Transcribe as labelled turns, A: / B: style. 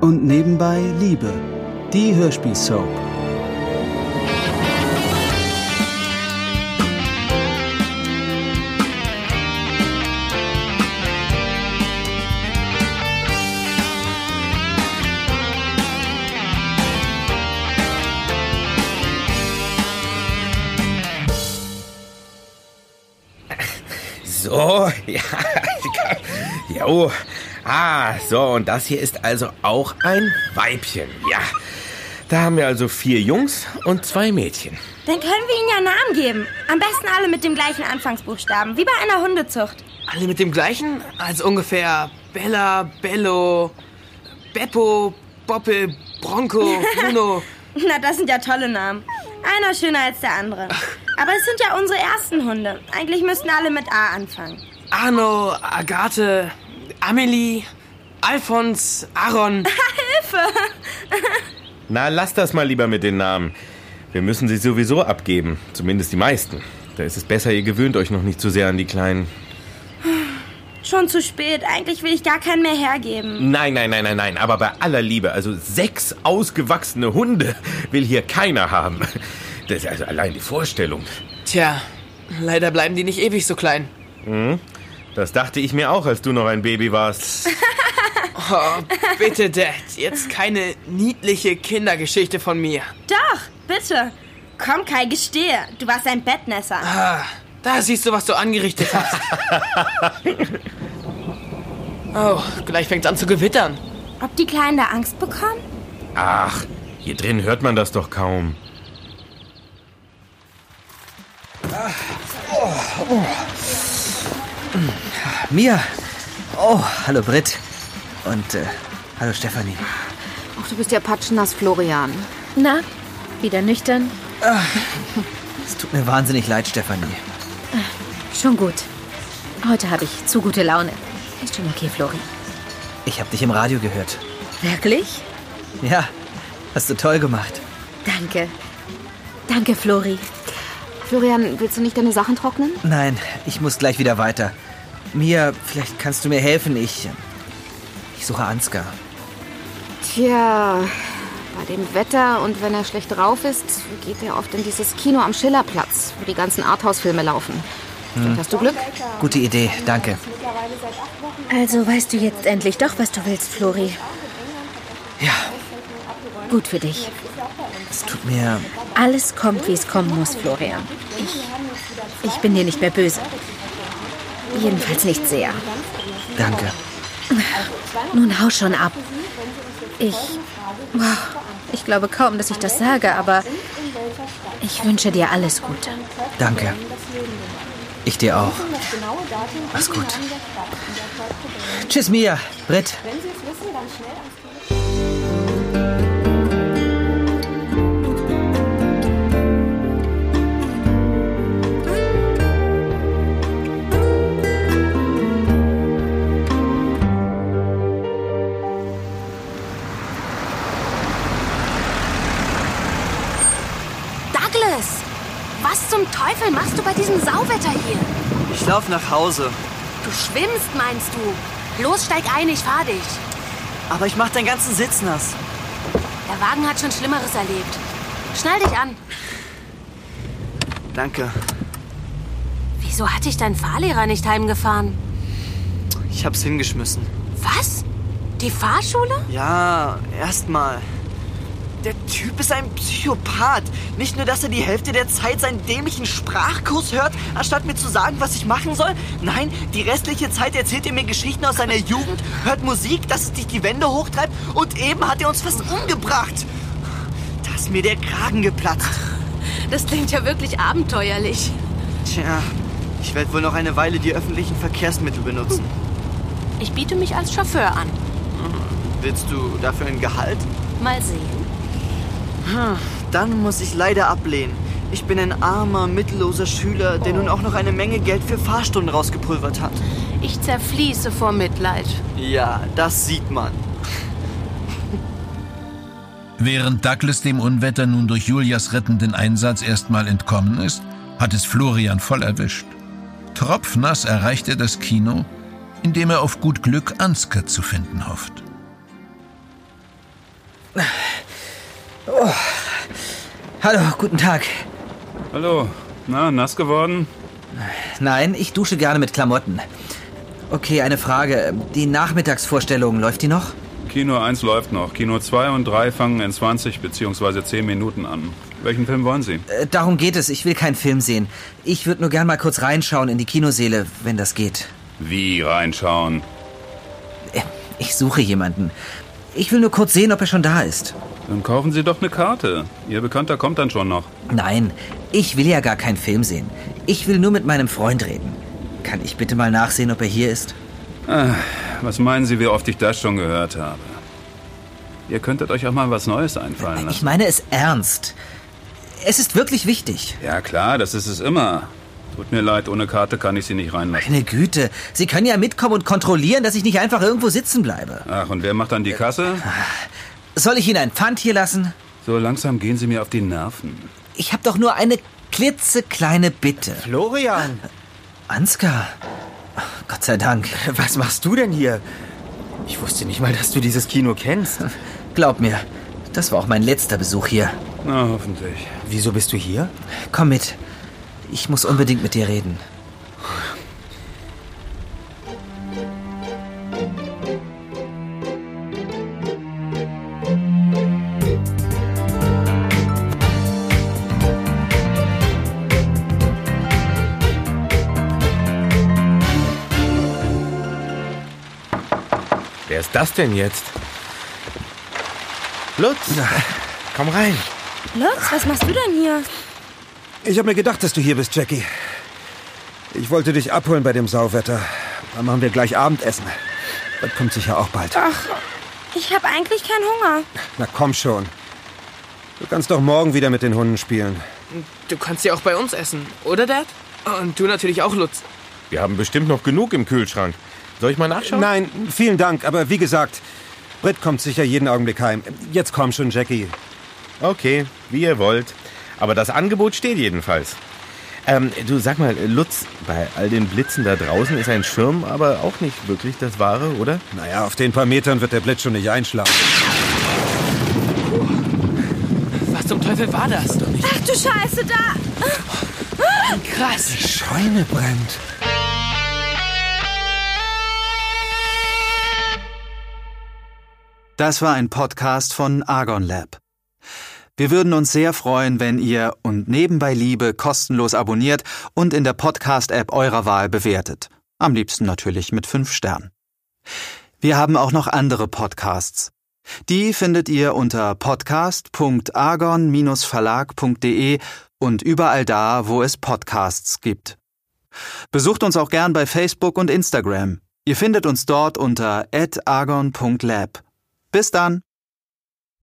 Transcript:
A: und nebenbei Liebe, die Hörspielsoap.
B: So, ja. Jo. Ah, so, und das hier ist also auch ein Weibchen. Ja. Da haben wir also vier Jungs und zwei Mädchen.
C: Dann können wir ihnen ja Namen geben. Am besten alle mit dem gleichen Anfangsbuchstaben, wie bei einer Hundezucht.
D: Alle mit dem gleichen? Also ungefähr Bella, Bello, Beppo, Boppe, Bronco, Bruno.
C: Na, das sind ja tolle Namen. Einer schöner als der andere. Aber es sind ja unsere ersten Hunde. Eigentlich müssten alle mit A anfangen.
D: Arno, Agathe, Amelie, Alfons, Aaron.
B: Na, lass das mal lieber mit den Namen. Wir müssen sie sowieso abgeben. Zumindest die meisten. Da ist es besser, ihr gewöhnt euch noch nicht zu sehr an die Kleinen.
C: Schon zu spät. Eigentlich will ich gar keinen mehr hergeben.
B: Nein, nein, nein, nein, nein. Aber bei aller Liebe, also sechs ausgewachsene Hunde will hier keiner haben. Das ist also allein die Vorstellung.
D: Tja, leider bleiben die nicht ewig so klein.
B: Das dachte ich mir auch, als du noch ein Baby warst.
D: Oh, bitte, Dad, jetzt keine niedliche Kindergeschichte von mir.
C: Doch, bitte. Komm, Kai, gestehe. Du warst ein Bettnässer.
D: Ah, da siehst du, was du angerichtet hast. Oh, gleich fängt's an zu gewittern.
C: Ob die Kleinen da Angst bekommen?
B: Ach, hier drin hört man das doch kaum.
E: Mia. Oh, hallo Britt. Und äh, hallo Stefanie.
F: Ach, du bist ja patschnass, Florian.
G: Na, wieder nüchtern?
E: Es tut mir wahnsinnig leid, Stefanie.
G: Schon gut. Heute habe ich zu gute Laune. Ist schon okay, Flori.
E: Ich habe dich im Radio gehört.
G: Wirklich?
E: Ja, hast du toll gemacht.
G: Danke. Danke, Flori.
F: Florian, willst du nicht deine Sachen trocknen?
E: Nein, ich muss gleich wieder weiter. Mia, vielleicht kannst du mir helfen. Ich, ich suche Ansgar.
F: Tja, bei dem Wetter und wenn er schlecht drauf ist, geht er oft in dieses Kino am Schillerplatz, wo die ganzen Arthouse-Filme laufen. Vielleicht hast du Glück?
E: Gute Idee, danke.
G: Also weißt du jetzt endlich doch, was du willst, Flori.
E: Ja,
G: Gut für dich.
E: es tut mir...
G: Alles kommt, wie es kommen muss, Florian. Ich, ich bin dir nicht mehr böse. Jedenfalls nicht sehr.
E: Danke.
G: Nun hau schon ab. Ich. Wow, ich glaube kaum, dass ich das sage, aber ich wünsche dir alles Gute.
E: Danke. Ich dir auch.
F: genau
E: Mach's gut. Tschüss, Mia. Britt.
H: Douglas, was zum Teufel machst du bei diesem Sauwetter hier?
E: Ich lauf nach Hause.
H: Du schwimmst, meinst du? Los, steig ein, ich fahr dich.
E: Aber ich mach deinen ganzen Sitz nass.
H: Der Wagen hat schon Schlimmeres erlebt. Schnall dich an.
E: Danke.
H: Wieso hat dich dein Fahrlehrer nicht heimgefahren?
E: Ich hab's hingeschmissen.
H: Was? Die Fahrschule?
D: Ja, erstmal. Der Typ ist ein Psychopath. Nicht nur, dass er die Hälfte der Zeit seinen dämlichen Sprachkurs hört, anstatt mir zu sagen, was ich machen soll. Nein, die restliche Zeit erzählt er mir Geschichten aus seiner Jugend, hört Musik, dass es dich die Wände hochtreibt und eben hat er uns fast umgebracht. Da ist mir der Kragen geplatzt.
H: Das klingt ja wirklich abenteuerlich.
D: Tja, ich werde wohl noch eine Weile die öffentlichen Verkehrsmittel benutzen.
H: Ich biete mich als Chauffeur an.
D: Willst du dafür ein Gehalt?
H: Mal sehen.
D: Dann muss ich leider ablehnen. Ich bin ein armer, mittelloser Schüler, der nun auch noch eine Menge Geld für Fahrstunden rausgepulvert hat.
H: Ich zerfließe vor Mitleid.
D: Ja, das sieht man.
I: Während Douglas dem Unwetter nun durch Julias rettenden Einsatz erstmal entkommen ist, hat es Florian voll erwischt. Tropfnass erreicht er das Kino, in dem er auf gut Glück Ansgar zu finden hofft.
D: Hallo, guten Tag.
J: Hallo. Na, nass geworden?
D: Nein, ich dusche gerne mit Klamotten. Okay, eine Frage. Die Nachmittagsvorstellung, läuft die noch?
J: Kino 1 läuft noch. Kino 2 und 3 fangen in 20 bzw. 10 Minuten an. Welchen Film wollen Sie?
D: Äh, darum geht es, ich will keinen Film sehen. Ich würde nur gern mal kurz reinschauen in die Kinoseele, wenn das geht.
J: Wie reinschauen?
D: Äh, Ich suche jemanden. Ich will nur kurz sehen, ob er schon da ist.
J: Dann kaufen Sie doch eine Karte. Ihr Bekannter kommt dann schon noch.
D: Nein, ich will ja gar keinen Film sehen. Ich will nur mit meinem Freund reden. Kann ich bitte mal nachsehen, ob er hier ist?
J: Ah, was meinen Sie, wie oft ich das schon gehört habe? Ihr könntet euch auch mal was Neues einfallen
D: Ich
J: lassen.
D: meine es ernst. Es ist wirklich wichtig.
J: Ja klar, das ist es immer. Tut mir leid, ohne Karte kann ich Sie nicht reinlassen.
D: Meine Güte, Sie können ja mitkommen und kontrollieren, dass ich nicht einfach irgendwo sitzen bleibe.
J: Ach, und wer macht dann die Kasse?
D: Soll ich Ihnen ein Pfand hier lassen?
J: So langsam gehen Sie mir auf die Nerven.
D: Ich habe doch nur eine klitzekleine Bitte.
A: Florian!
D: Ansgar. Gott sei Dank.
A: Was machst du denn hier? Ich wusste nicht mal, dass du dieses Kino kennst.
D: Glaub mir, das war auch mein letzter Besuch hier.
J: Na, hoffentlich.
A: Wieso bist du hier?
D: Komm mit. Ich muss unbedingt mit dir reden.
B: Wer ist das denn jetzt? Lutz, komm rein.
K: Lutz, was machst du denn hier?
L: Ich habe mir gedacht, dass du hier bist, Jackie. Ich wollte dich abholen bei dem Sauwetter. Dann machen wir gleich Abendessen. Das kommt sicher auch bald.
K: Ach, ich habe eigentlich keinen Hunger.
L: Na komm schon. Du kannst doch morgen wieder mit den Hunden spielen.
M: Du kannst ja auch bei uns essen, oder, Dad? Und du natürlich auch, Lutz.
B: Wir haben bestimmt noch genug im Kühlschrank. Soll ich mal nachschauen?
L: Nein, vielen Dank, aber wie gesagt, Britt kommt sicher jeden Augenblick heim. Jetzt komm schon, Jackie.
B: Okay, wie ihr wollt. Aber das Angebot steht jedenfalls. Ähm, du sag mal, Lutz, bei all den Blitzen da draußen ist ein Schirm aber auch nicht wirklich das Wahre, oder?
L: Naja, auf den paar Metern wird der Blitz schon nicht einschlagen.
M: Was zum Teufel war das?
K: Ach du Scheiße, da!
M: Krass.
L: Die Scheune brennt.
A: Das war ein Podcast von Argon Lab. Wir würden uns sehr freuen, wenn ihr und nebenbei Liebe kostenlos abonniert und in der Podcast-App eurer Wahl bewertet. Am liebsten natürlich mit fünf Sternen. Wir haben auch noch andere Podcasts. Die findet ihr unter podcast.argon-verlag.de und überall da, wo es Podcasts gibt. Besucht uns auch gern bei Facebook und Instagram. Ihr findet uns dort unter @argon.lab. Bis dann!